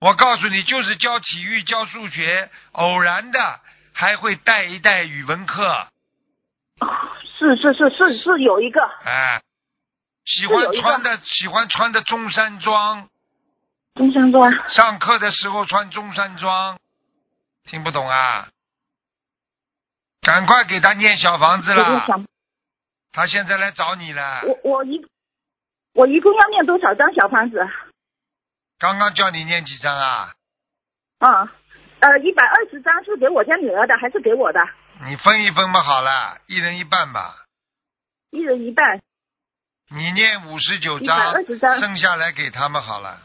[SPEAKER 1] 我告诉你，就是教体育、教数学，偶然的还会带一带语文课，
[SPEAKER 2] *laughs* 是是是是是有一个
[SPEAKER 1] 哎，喜
[SPEAKER 2] 是
[SPEAKER 1] 欢
[SPEAKER 2] 有一个
[SPEAKER 1] 穿的喜欢穿的中山装，
[SPEAKER 2] 中山装。
[SPEAKER 1] 上课的时候穿中山装，听不懂啊？赶快给他念小房子
[SPEAKER 2] 我就
[SPEAKER 1] 啦！
[SPEAKER 2] 想，
[SPEAKER 1] 他现在来找你了，
[SPEAKER 2] 我我一我一共要念多少张小房子？
[SPEAKER 1] 刚刚叫你念几张啊？
[SPEAKER 2] 啊、呃，一百二十张是给我家女儿的还是给我的？
[SPEAKER 1] 你分一分嘛，好了，一人一半吧。
[SPEAKER 2] 一人一半，
[SPEAKER 1] 你念五十九
[SPEAKER 2] 一百
[SPEAKER 1] 章
[SPEAKER 2] 二，十张。
[SPEAKER 1] 剩下来给他们好了。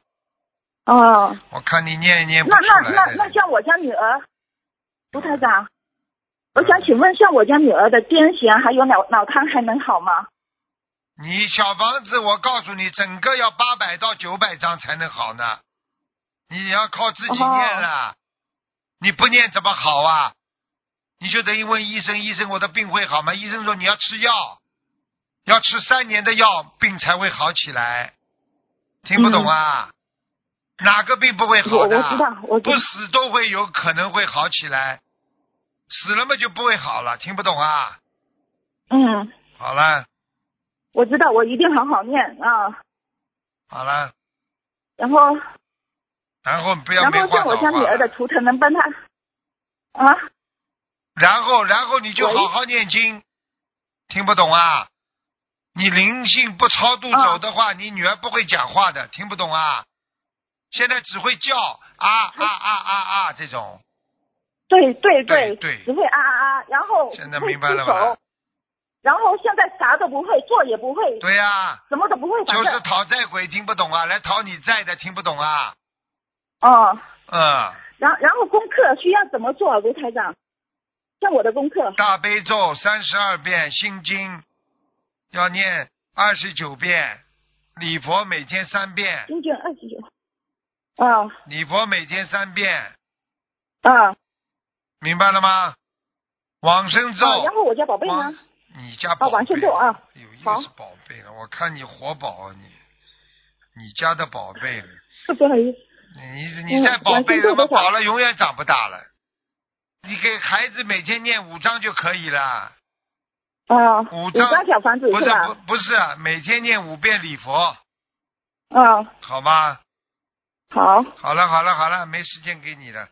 [SPEAKER 2] 哦，
[SPEAKER 1] 我看你念也念不
[SPEAKER 2] 那
[SPEAKER 1] 出
[SPEAKER 2] 那那
[SPEAKER 1] 来嗯
[SPEAKER 2] 那
[SPEAKER 1] 的。
[SPEAKER 2] 像我家女儿，卢台长，我想请问，像我家女儿的癫痫还有脑脑瘫还能好吗？
[SPEAKER 1] 你小房子，我告诉你，整个要八百到九百张才能好呢。你要靠自己念
[SPEAKER 2] 哦
[SPEAKER 1] 了，你不念怎么好啊？你就等于问医生，医生我的病会好吗？医生说你要吃药，要吃三年的药，病才会好起来。听不懂啊？哪个病不会好
[SPEAKER 2] 我嗯我
[SPEAKER 1] 的？
[SPEAKER 2] 知道，我知
[SPEAKER 1] 不死都会有可能会好起来，死了嘛就不会好了。听不懂啊？
[SPEAKER 2] 嗯，
[SPEAKER 1] 好了，
[SPEAKER 2] 我知道，我一定好好念啊。
[SPEAKER 1] 好了，
[SPEAKER 2] 然后
[SPEAKER 1] 然后不要
[SPEAKER 2] 然
[SPEAKER 1] 没啊
[SPEAKER 2] 后
[SPEAKER 1] 话
[SPEAKER 2] 像
[SPEAKER 1] 找
[SPEAKER 2] 我家
[SPEAKER 1] 话
[SPEAKER 2] 女儿
[SPEAKER 1] 了
[SPEAKER 2] 的图腾能帮她啊？
[SPEAKER 1] 然后然后你就好好念经，听不懂啊？你灵性不超度
[SPEAKER 2] 啊
[SPEAKER 1] 走的话，你女儿不会讲话的，听不懂啊？现在只会叫啊啊啊啊啊这种，
[SPEAKER 3] 对对
[SPEAKER 1] 对对
[SPEAKER 3] 只会啊啊啊，然后
[SPEAKER 1] 现在
[SPEAKER 3] 会
[SPEAKER 1] 明白了
[SPEAKER 3] 出
[SPEAKER 1] 吧
[SPEAKER 3] 手？然后现在啥都不会，做也不会，
[SPEAKER 1] 对呀、
[SPEAKER 3] 什么都不会，反
[SPEAKER 1] 就
[SPEAKER 3] 正
[SPEAKER 1] 是讨债鬼听不懂啊，来讨你债的听不懂啊，
[SPEAKER 3] 哦。
[SPEAKER 1] 嗯，
[SPEAKER 3] 然然后功课需要怎么做啊，卢台长？像我的功课，
[SPEAKER 1] 大悲咒三十二遍，心经要念二十九遍，礼佛每天三遍，
[SPEAKER 3] 经卷二十九。啊
[SPEAKER 1] 礼佛每天三遍，
[SPEAKER 3] 啊
[SPEAKER 1] 明白了吗？往生咒，
[SPEAKER 3] 啊！然后我家宝贝
[SPEAKER 1] 往
[SPEAKER 3] 呢？
[SPEAKER 1] 你家宝
[SPEAKER 3] 啊往生咒啊，
[SPEAKER 1] 有又
[SPEAKER 3] 好
[SPEAKER 1] 是宝贝了，我看你活宝啊你，你家的宝贝了。
[SPEAKER 3] 不好意思，
[SPEAKER 1] 你你再宝贝什
[SPEAKER 3] 嗯两千多
[SPEAKER 1] 么
[SPEAKER 3] 多少
[SPEAKER 1] 宝了，永远长不大了。你给孩子每天念五章就可以了，
[SPEAKER 3] 啊，
[SPEAKER 1] 五
[SPEAKER 3] 五
[SPEAKER 1] 张
[SPEAKER 3] 张小房子
[SPEAKER 1] 不是不
[SPEAKER 3] 吧？
[SPEAKER 1] 不是啊每天念五遍礼佛，
[SPEAKER 3] 啊，
[SPEAKER 1] 好吗？
[SPEAKER 3] 好，
[SPEAKER 1] 好了好了好了，没时间给你了，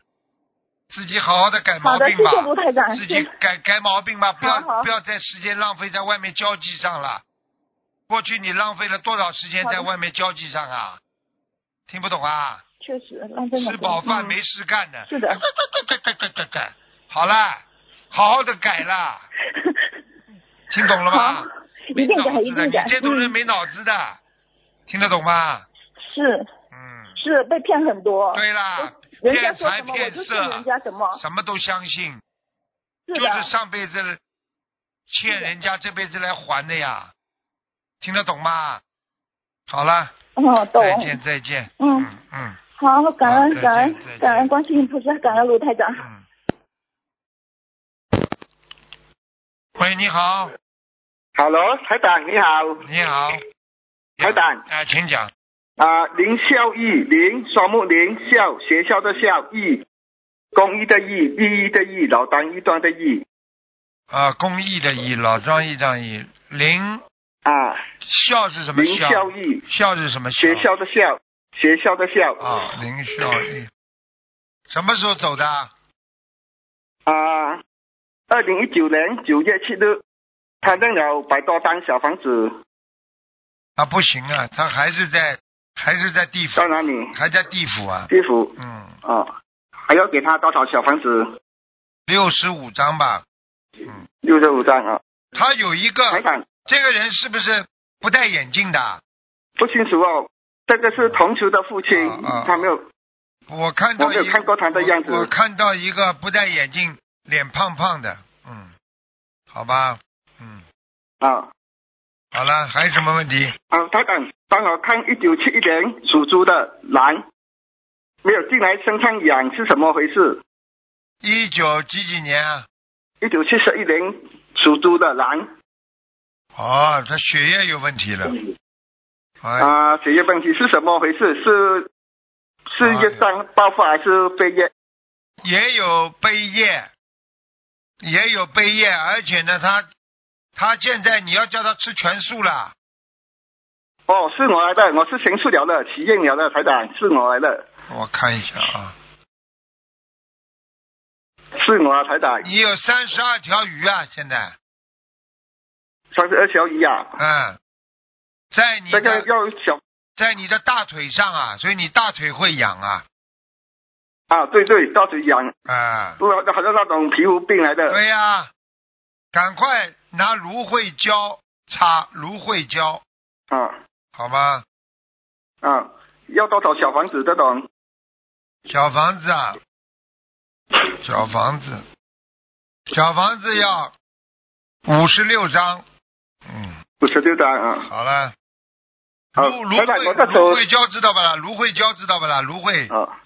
[SPEAKER 1] 自己好好的改毛
[SPEAKER 3] 好的，
[SPEAKER 1] 病
[SPEAKER 3] 谢谢卢
[SPEAKER 1] 吧，
[SPEAKER 3] 台长，
[SPEAKER 1] 自
[SPEAKER 3] 谢 *laughs*
[SPEAKER 1] 己
[SPEAKER 3] 谢
[SPEAKER 1] 改改毛病吧，不要
[SPEAKER 3] 好好
[SPEAKER 1] 不要在时间浪费在外面交际上了。过去你浪费了多少时间
[SPEAKER 3] 好的
[SPEAKER 1] 在外面交际上啊？听不懂啊？
[SPEAKER 3] 确实浪费了。
[SPEAKER 1] 吃饱饭
[SPEAKER 3] 嗯
[SPEAKER 1] 没事干的。
[SPEAKER 3] 是的
[SPEAKER 1] 改改改改改改改， *laughs* 好啦，好好的改啦，听
[SPEAKER 3] *laughs*
[SPEAKER 1] 懂了
[SPEAKER 3] 好
[SPEAKER 1] 吗？，
[SPEAKER 3] 一定改，一
[SPEAKER 1] 没脑
[SPEAKER 3] 定
[SPEAKER 1] 子的
[SPEAKER 3] 改。
[SPEAKER 1] 你这种人
[SPEAKER 3] 嗯
[SPEAKER 1] 没脑子的，听得懂吗？
[SPEAKER 3] 是
[SPEAKER 1] 嗯，
[SPEAKER 3] 是被骗很多，
[SPEAKER 1] 对啦，
[SPEAKER 3] 人家
[SPEAKER 1] 骗
[SPEAKER 3] 说
[SPEAKER 1] 财
[SPEAKER 3] 什么我
[SPEAKER 1] 骗
[SPEAKER 3] 就信
[SPEAKER 1] 色
[SPEAKER 3] 人，家什么，
[SPEAKER 1] 什么都相信，
[SPEAKER 3] 是
[SPEAKER 1] 就
[SPEAKER 3] 的，
[SPEAKER 1] 是上辈子欠人家，这辈子来还的呀，听得懂吗？好了，
[SPEAKER 3] 嗯，懂。
[SPEAKER 1] 再见再见，
[SPEAKER 3] 嗯
[SPEAKER 1] 嗯嗯
[SPEAKER 3] 好，感
[SPEAKER 1] 好再
[SPEAKER 3] 恩
[SPEAKER 1] 见
[SPEAKER 3] 感恩
[SPEAKER 1] 再见
[SPEAKER 3] 感恩观世音菩萨，感恩卢台长。
[SPEAKER 1] 嗯。喂，你好，
[SPEAKER 4] Hello，台长你好，
[SPEAKER 1] 你好，
[SPEAKER 4] 台长
[SPEAKER 1] 啊，请讲。
[SPEAKER 4] 啊、林孝义，林双木林孝学校的孝义，公益的义，利益的益，老当益壮的益
[SPEAKER 1] 啊，公益的益，老庄益仗义，林
[SPEAKER 4] 啊，
[SPEAKER 1] 孝是什么
[SPEAKER 4] 林孝
[SPEAKER 1] 孝？
[SPEAKER 4] 义，
[SPEAKER 1] 孝是什么孝？
[SPEAKER 4] 学校的校，学校的校
[SPEAKER 1] 啊，林孝义，什么时候走的啊？
[SPEAKER 4] 啊，二零一九年九月七日，刊登了百多单小房子，
[SPEAKER 1] 啊，不行啊，他还是在，还是在地府
[SPEAKER 4] 到，哪里？
[SPEAKER 1] 还在地府啊。
[SPEAKER 4] 地府
[SPEAKER 1] 嗯，
[SPEAKER 4] 啊，还要给他多少小房子？
[SPEAKER 1] 六十五章吧。嗯，
[SPEAKER 4] 六十五张啊，
[SPEAKER 1] 他有一
[SPEAKER 4] 台
[SPEAKER 1] 个，
[SPEAKER 4] 长
[SPEAKER 1] 这个人是不是不戴眼镜的？
[SPEAKER 4] 不清楚哦，这个是同学的父亲，
[SPEAKER 1] 啊啊
[SPEAKER 4] 他没有。
[SPEAKER 1] 我看到
[SPEAKER 4] 我没有
[SPEAKER 1] 一个
[SPEAKER 4] 看过他的样子
[SPEAKER 1] 我，我看到一个不戴眼镜、脸胖胖的，嗯，好吧，嗯，
[SPEAKER 4] 啊
[SPEAKER 1] 好了，还有什么问题？
[SPEAKER 4] 啊，台长，帮我看一九七一年属猪的男，没有进来身上痒是什么回事？
[SPEAKER 1] 一九几几年啊？
[SPEAKER 4] 一九七十一年属猪的男
[SPEAKER 1] 哦，他血液有问题了。哎，
[SPEAKER 4] 啊，血液问题是什么回事？是是
[SPEAKER 1] 哎
[SPEAKER 4] 业障爆发还是肺炎？
[SPEAKER 1] 也有背液，也有背液，而且呢，他他现在你要叫他吃全素了。
[SPEAKER 4] 哦，是我来的，我是行诉了的，起验了的，台长，是我来的，
[SPEAKER 1] 我看一下啊，
[SPEAKER 4] 是我啊，台长，
[SPEAKER 1] 你有三十二条鱼啊，现在，
[SPEAKER 4] 三十二小姨啊，
[SPEAKER 1] 嗯，在你
[SPEAKER 4] 这个
[SPEAKER 1] 的
[SPEAKER 4] 要小
[SPEAKER 1] 在你的大腿上啊，所以你大腿会痒啊，
[SPEAKER 4] 啊，对对，到处痒，
[SPEAKER 1] 啊，
[SPEAKER 4] 不然好像那种皮肤病来的。
[SPEAKER 1] 对呀、赶快拿芦荟胶擦芦荟胶，
[SPEAKER 4] 啊
[SPEAKER 1] 好吗？
[SPEAKER 4] 啊，要多少小房子这种？
[SPEAKER 1] 小房子啊，小房子，小房子要五十六张。嗯，
[SPEAKER 4] 五十六张啊。
[SPEAKER 1] 好了。
[SPEAKER 4] 好
[SPEAKER 1] 芦芦
[SPEAKER 4] 台长
[SPEAKER 1] 荟
[SPEAKER 4] 我这时候
[SPEAKER 1] 芦荟胶知道吧啦？芦荟胶知道吧啦？芦荟，
[SPEAKER 4] 啊，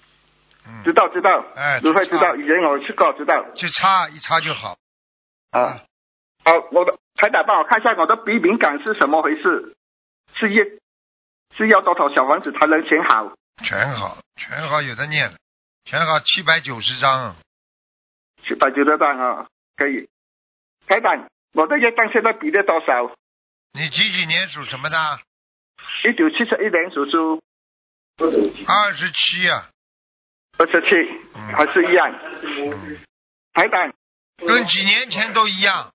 [SPEAKER 4] 知
[SPEAKER 1] 嗯，
[SPEAKER 4] 道知道，
[SPEAKER 1] 哎，
[SPEAKER 4] 卢慧
[SPEAKER 1] 去
[SPEAKER 4] 知道，以前我去过，知道
[SPEAKER 1] 擦，去擦一擦就好。
[SPEAKER 4] 啊。好，我的台长帮我看一下我的鼻敏感是什么回事？是要是要多少小房子才能选好？
[SPEAKER 1] 全好，全好，有的念了，全好七百九十张。
[SPEAKER 4] 去百九十张啊，可以。台长，我的业障现在比例多少？
[SPEAKER 1] 你几几年属什么的？
[SPEAKER 4] 一九七十一年属猪，
[SPEAKER 1] 二十七啊。
[SPEAKER 4] 二十七，
[SPEAKER 1] 嗯
[SPEAKER 4] 还是一样。
[SPEAKER 1] 嗯
[SPEAKER 4] 台长，
[SPEAKER 1] 跟几年前都一样。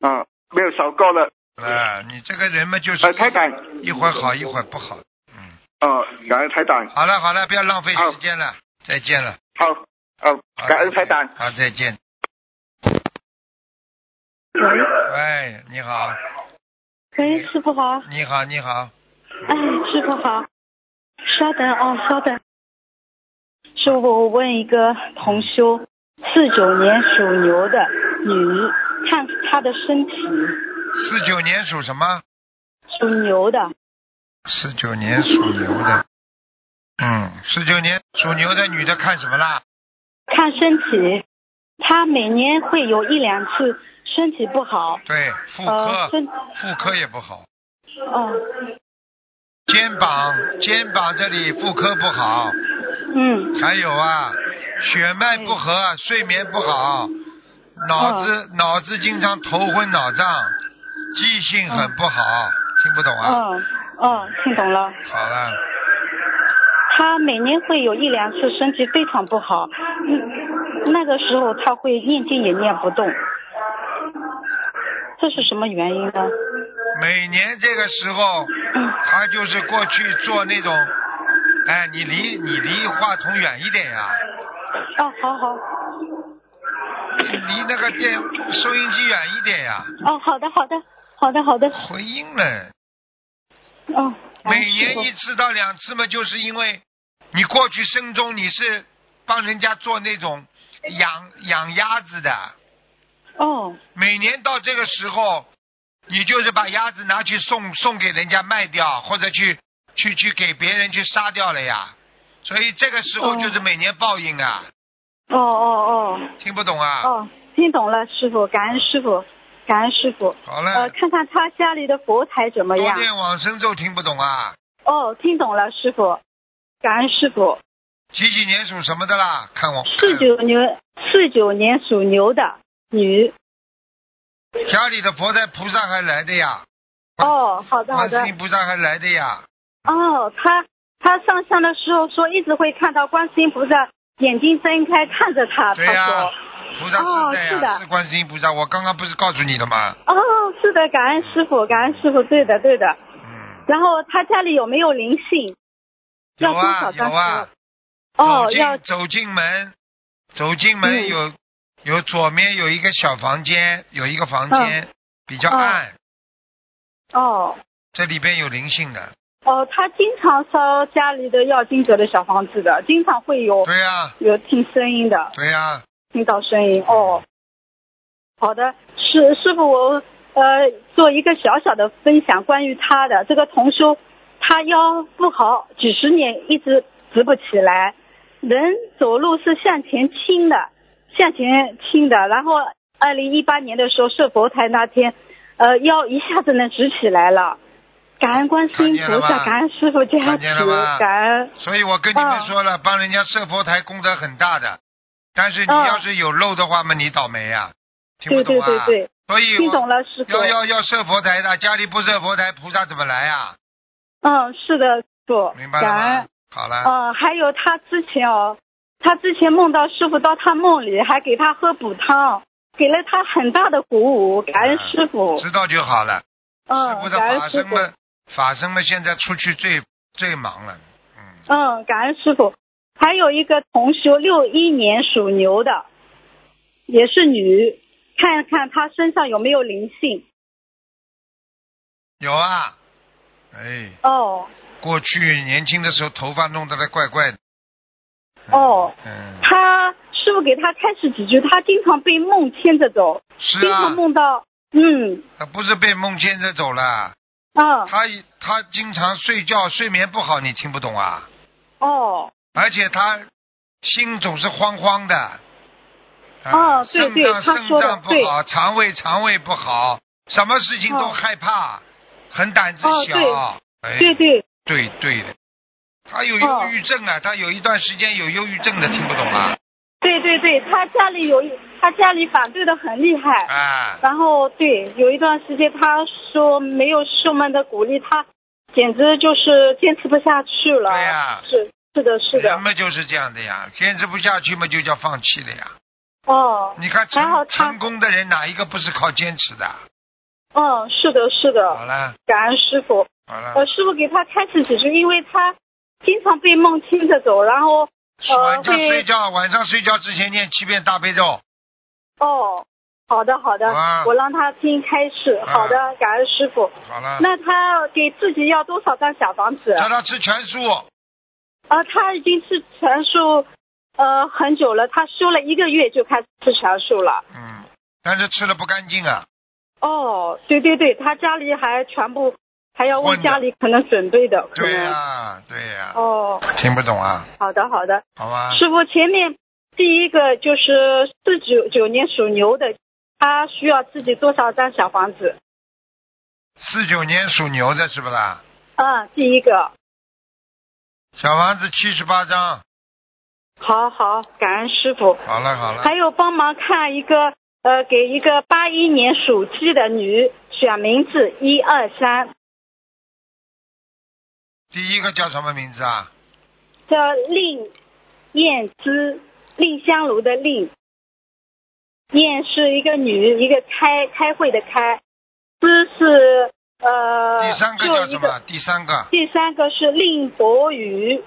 [SPEAKER 4] 啊，没有少过了。
[SPEAKER 1] 啊，你这个人嘛，就是
[SPEAKER 4] 呃，台长，
[SPEAKER 1] 一会儿好，一会儿不好。嗯，
[SPEAKER 4] 哦，感恩台长，
[SPEAKER 1] 好了好了，不要浪费时间了，再见了。
[SPEAKER 4] 好，哦，
[SPEAKER 1] 好
[SPEAKER 4] 感恩台长。
[SPEAKER 1] 好，再见。
[SPEAKER 2] 喂，
[SPEAKER 1] 喂，你好，
[SPEAKER 2] 喂，师傅好，
[SPEAKER 1] 你好，你好，
[SPEAKER 2] 哎，师傅好，稍等啊、稍等。师傅，我问一个同修，四九年属牛的女，看她的身体，
[SPEAKER 1] 四九年属什么？
[SPEAKER 2] 属牛的，
[SPEAKER 1] 四九年属牛的。嗯，四九年属牛的女的看什么啦？
[SPEAKER 2] 看身体，她每年会有一两次身体不好，
[SPEAKER 1] 对，妇
[SPEAKER 2] 呃，
[SPEAKER 1] 科，
[SPEAKER 2] 身，
[SPEAKER 1] 妇科也不好，
[SPEAKER 2] 哦，
[SPEAKER 1] 肩膀，肩膀这里妇科不好，
[SPEAKER 2] 嗯，
[SPEAKER 1] 还有啊，血脉不和，啊睡眠不好，脑子脑子经常头昏脑胀，记性很不好，听不懂啊？
[SPEAKER 2] 哦，哦，听懂了。
[SPEAKER 1] 好了，
[SPEAKER 2] 他每年会有一两次身体非常不好，嗯，那个时候他会念经也念不动，这是什么原因呢？嗯
[SPEAKER 1] 每年这个时候，他就是过去做那种，哎，你离你离话筒远一点呀、
[SPEAKER 2] 哦，好好，
[SPEAKER 1] 离那个电收音机远一点呀、
[SPEAKER 2] 哦，好的，好的，好的，好的，
[SPEAKER 1] 回音了。
[SPEAKER 2] 哦，
[SPEAKER 1] 每年一次到两次嘛，就是因为你过去生中你是帮人家做那种养养鸭子的，
[SPEAKER 2] 哦，
[SPEAKER 1] 每年到这个时候，你就是把鸭子拿去送送给人家卖掉，或者去去去给别人去杀掉了呀。所以这个时候就是每年报应啊，
[SPEAKER 2] 哦哦
[SPEAKER 1] 听不懂
[SPEAKER 2] 哦
[SPEAKER 1] 啊？
[SPEAKER 2] 哦，听懂了，师傅，感恩师傅，感恩师傅，
[SPEAKER 1] 好
[SPEAKER 2] 呃，
[SPEAKER 1] 了，
[SPEAKER 2] 看看他家里的佛台怎么
[SPEAKER 1] 多
[SPEAKER 2] 样？
[SPEAKER 1] 念往生咒听不懂啊？
[SPEAKER 2] 哦，听懂了，师傅，感恩师傅。
[SPEAKER 1] 几几年属什么的啦？看我
[SPEAKER 2] 四九年四九年属牛的女。
[SPEAKER 1] 家里的佛在菩萨还来的呀，
[SPEAKER 2] 哦，好的好
[SPEAKER 1] 观
[SPEAKER 2] 的
[SPEAKER 1] 世。音菩萨还来的呀。
[SPEAKER 2] 哦，他他上香的时候说一直会看到观世音菩萨眼睛睁开看着他，
[SPEAKER 1] 对呀、
[SPEAKER 2] 他说。
[SPEAKER 1] 菩萨
[SPEAKER 2] 哦
[SPEAKER 1] 是在呀、
[SPEAKER 2] 是的
[SPEAKER 1] 是观世音菩萨。我刚刚不是告诉你了吗？
[SPEAKER 2] 哦，是的，感恩师傅，感恩师傅，对的对的。
[SPEAKER 1] 嗯，
[SPEAKER 2] 然后他家里有没有灵性？
[SPEAKER 1] 有
[SPEAKER 2] 要多
[SPEAKER 1] 啊
[SPEAKER 2] 少
[SPEAKER 1] 有
[SPEAKER 2] 张？
[SPEAKER 1] 啊，
[SPEAKER 2] 哦
[SPEAKER 1] 走，
[SPEAKER 2] 要
[SPEAKER 1] 进走进门，走进门
[SPEAKER 2] 嗯
[SPEAKER 1] 有、有左面有一个小房间，有一个房间、
[SPEAKER 2] 嗯
[SPEAKER 1] 比较暗，
[SPEAKER 2] 哦
[SPEAKER 1] 这里边有灵性的。
[SPEAKER 2] 哦，他经常烧家里的要经者的小房子的，经常会有
[SPEAKER 1] 对呀、
[SPEAKER 2] 有听声音的。
[SPEAKER 1] 对呀、
[SPEAKER 2] 听到声音哦。好的，师师傅，我呃做一个小小的分享，关于他的这个同修，他腰不好，几十年一直直不起来，人走路是向前倾的，向前倾的。然后二零一八年的时候设佛台那天，呃腰一下子能直起来了。感恩观世音
[SPEAKER 1] 看见了吧
[SPEAKER 2] 菩萨，感恩师傅加
[SPEAKER 1] 看
[SPEAKER 2] 持
[SPEAKER 1] 见了吧，
[SPEAKER 2] 感恩
[SPEAKER 1] 所以我跟你们
[SPEAKER 2] 嗯
[SPEAKER 1] 说了，帮人家设佛台功德很大的，但是你
[SPEAKER 2] 嗯
[SPEAKER 1] 要是有漏的话嘛，你倒霉呀、听不
[SPEAKER 2] 对
[SPEAKER 1] 懂
[SPEAKER 2] 对
[SPEAKER 1] 啊？
[SPEAKER 2] 对对，
[SPEAKER 1] 所以
[SPEAKER 2] 听
[SPEAKER 1] 我
[SPEAKER 2] 懂了师傅。
[SPEAKER 1] 要要要设佛台的，家里不设佛台，菩萨怎么来呀、
[SPEAKER 2] 嗯，是的，师傅，
[SPEAKER 1] 明白了
[SPEAKER 2] 感恩
[SPEAKER 1] 吗。？好了，
[SPEAKER 2] 嗯，还有他之前哦，他之前梦到师傅到他梦里，还给他喝补汤，给了他很大的鼓舞，感恩师傅。
[SPEAKER 1] 知道就好了。嗯师
[SPEAKER 2] 嗯
[SPEAKER 1] 傅，的
[SPEAKER 2] 感
[SPEAKER 1] 法
[SPEAKER 2] 恩师
[SPEAKER 1] 身
[SPEAKER 2] 傅。
[SPEAKER 1] 们，法身们现在出去最最忙了。嗯，
[SPEAKER 2] 嗯，感恩师傅。还有一个同修，六一年属牛的，也是女，看看她身上有没有灵性。
[SPEAKER 1] 有啊，哎，
[SPEAKER 2] 哦
[SPEAKER 1] 过去年轻的时候头发弄得来怪怪的。嗯
[SPEAKER 2] 哦，
[SPEAKER 1] 嗯，
[SPEAKER 2] 她师傅给她开始几句，她经常被梦牵着走，
[SPEAKER 1] 是
[SPEAKER 2] 经
[SPEAKER 1] 啊
[SPEAKER 2] 常，梦到，嗯
[SPEAKER 1] 他不是被梦牵着走了，
[SPEAKER 2] 嗯
[SPEAKER 1] 他他经常睡觉，睡眠不好，你听不懂啊？
[SPEAKER 2] 哦
[SPEAKER 1] 而且他心总是慌慌的。啊
[SPEAKER 2] 哦对
[SPEAKER 1] 肾
[SPEAKER 2] 对
[SPEAKER 1] 脏
[SPEAKER 2] 他
[SPEAKER 1] 肾
[SPEAKER 2] 说的
[SPEAKER 1] 脏不
[SPEAKER 2] 对
[SPEAKER 1] 好，肠胃肠胃不好，什么事情都
[SPEAKER 2] 哦
[SPEAKER 1] 害怕，很胆子
[SPEAKER 2] 哦
[SPEAKER 1] 小。哎，
[SPEAKER 2] 对哦对
[SPEAKER 1] 对对的，他有忧郁症啊，他有一段时间有忧郁症的，听不懂啊？
[SPEAKER 2] 对对对，他家里有一，他家里反对的很厉害。
[SPEAKER 1] 啊，
[SPEAKER 2] 然后对，有一段时间他说没有师傅们的鼓励，他简直就是坚持不下去了。
[SPEAKER 1] 对呀嗯
[SPEAKER 2] 是是的，是的
[SPEAKER 1] 人。们就是这样的呀，坚持不下去嘛，就叫放弃了呀。
[SPEAKER 2] 哦，
[SPEAKER 1] 你看
[SPEAKER 2] 还好
[SPEAKER 1] 成
[SPEAKER 2] 他
[SPEAKER 1] 成功的人哪一个不是靠坚持的？
[SPEAKER 2] 嗯，是的，是
[SPEAKER 1] 好嗯
[SPEAKER 2] 的，
[SPEAKER 1] 了，
[SPEAKER 2] 感恩师傅。
[SPEAKER 1] 好了，
[SPEAKER 2] 呃，师傅给他开始几句，因为他经常被梦牵着走，然后
[SPEAKER 1] 晚上
[SPEAKER 2] 会
[SPEAKER 1] 睡觉，晚上睡觉之前念七遍大悲咒，
[SPEAKER 2] 哦，好的好的，
[SPEAKER 1] 啊
[SPEAKER 2] 我让他听开始，
[SPEAKER 1] 啊
[SPEAKER 2] 好的，感恩师傅。
[SPEAKER 1] 好了，
[SPEAKER 2] 那他给自己要多少张小房子？
[SPEAKER 1] 叫他吃全素，
[SPEAKER 2] 啊，他已经吃全素，呃，很久了，他修了一个月就开始吃全素了。
[SPEAKER 1] 嗯，但是吃了不干净啊，
[SPEAKER 2] 哦，对对对，他家里还全部还要为
[SPEAKER 1] 混的
[SPEAKER 2] 家里可能准备的，可
[SPEAKER 1] 对
[SPEAKER 2] 能。
[SPEAKER 1] 呀、对呀、
[SPEAKER 2] 哦，
[SPEAKER 1] 听不懂啊，
[SPEAKER 2] 好的好的，
[SPEAKER 1] 好吧，
[SPEAKER 2] 师傅前面第一个就是四九九年属牛的，他需要自己多少张小房子？
[SPEAKER 1] 四九年属牛的是不啦？
[SPEAKER 2] 嗯，第一个，
[SPEAKER 1] 小房子七十八张，
[SPEAKER 2] 好好，感恩师傅。
[SPEAKER 1] 好了好了，
[SPEAKER 2] 还有帮忙看一个，呃，给一个八一年属鸡的女选名字一二三，
[SPEAKER 1] 第一个叫什么名字啊？
[SPEAKER 2] 叫令燕姿，令香炉的令，燕是一个女，一个开开会的开，姿是呃，
[SPEAKER 1] 第三个
[SPEAKER 2] 就
[SPEAKER 1] 叫
[SPEAKER 2] 一
[SPEAKER 1] 什么？第三个，
[SPEAKER 2] 第三个是令博宇，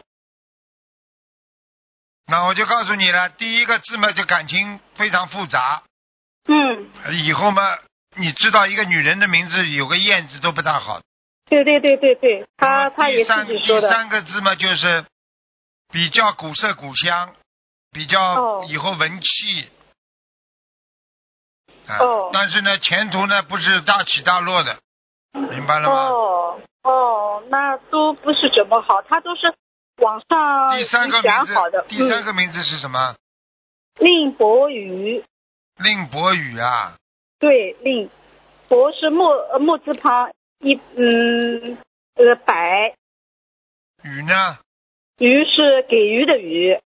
[SPEAKER 1] 那我就告诉你了，第一个字嘛就感情非常复杂，
[SPEAKER 2] 嗯，
[SPEAKER 1] 以后嘛，你知道一个女人的名字有个燕字都不大好。
[SPEAKER 2] 对对对对对，他他也
[SPEAKER 1] 啊第三
[SPEAKER 2] 自己说
[SPEAKER 1] 第
[SPEAKER 2] 的，
[SPEAKER 1] 三个字嘛，就是比较古色古香，比较
[SPEAKER 2] 哦
[SPEAKER 1] 以后文气。啊
[SPEAKER 2] 哦
[SPEAKER 1] 但是呢，前途呢不是大起大落的，明白了吗？
[SPEAKER 2] 哦哦，那都不是怎么好，他都是网上
[SPEAKER 1] 第三个名
[SPEAKER 2] 讲哦好
[SPEAKER 1] 字
[SPEAKER 2] 的，，
[SPEAKER 1] 第三
[SPEAKER 2] 嗯，
[SPEAKER 1] 个名字是什么？
[SPEAKER 2] 令博宇，
[SPEAKER 1] 令博宇啊，
[SPEAKER 2] 对，令博是木呃木字旁一嗯呃百，
[SPEAKER 1] 宇呢？
[SPEAKER 2] 鱼是给予的予，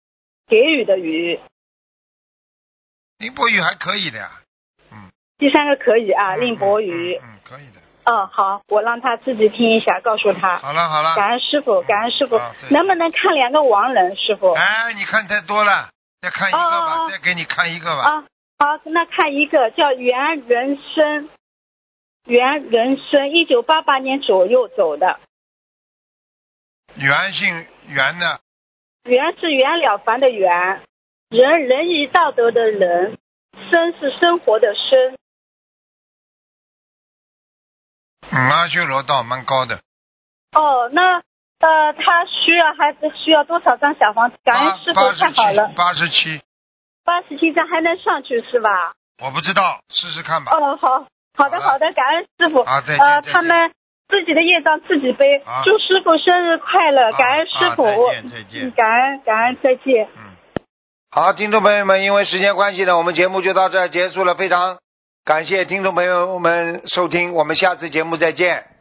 [SPEAKER 2] 给予的予，
[SPEAKER 1] 令博宇还可以的呀。
[SPEAKER 2] 第三个可以啊，
[SPEAKER 1] 嗯
[SPEAKER 2] 令博宇
[SPEAKER 1] 嗯，嗯，嗯可以的。
[SPEAKER 2] 嗯，好，我让他自己听一下，告诉他。
[SPEAKER 1] 好了好了，
[SPEAKER 2] 感恩师傅，感恩师傅
[SPEAKER 1] 啊对，
[SPEAKER 2] 能不能看两个亡人，师傅？
[SPEAKER 1] 哎，你看太多了，再看一个吧，
[SPEAKER 2] 哦哦哦
[SPEAKER 1] 再给你看一个吧。
[SPEAKER 2] 啊，好，那看一个叫袁人生，袁人生，一九八八年左右走的，
[SPEAKER 1] 袁姓袁的，
[SPEAKER 2] 袁是袁了凡的袁，仁仁义道德的仁，生是生活的生，
[SPEAKER 1] 嗯，阿修罗道蛮高的。
[SPEAKER 2] 哦，那呃，他需要还是需要多少张小房子？感
[SPEAKER 1] 啊八
[SPEAKER 2] 恩师傅，太好了，
[SPEAKER 1] 八十七，
[SPEAKER 2] 八十七张还能上去是吧？
[SPEAKER 1] 我不知道，试试看吧。
[SPEAKER 2] 哦，好，好
[SPEAKER 1] 啊好
[SPEAKER 2] 的，
[SPEAKER 1] 了
[SPEAKER 2] 好的，感恩师傅。
[SPEAKER 1] 啊再见
[SPEAKER 2] 呃，
[SPEAKER 1] 再见
[SPEAKER 2] 他们自己的业障自己背
[SPEAKER 1] 啊。
[SPEAKER 2] 祝师傅生日快乐，
[SPEAKER 1] 啊
[SPEAKER 2] 感恩师傅。
[SPEAKER 1] 啊
[SPEAKER 2] 我
[SPEAKER 1] 再见再见
[SPEAKER 2] 嗯感恩感恩，再见。
[SPEAKER 1] 嗯。好，听众朋友们，因为时间关系呢，我们节目就到这儿结束了。非常感谢听众朋友们收听，我们下次节目再见。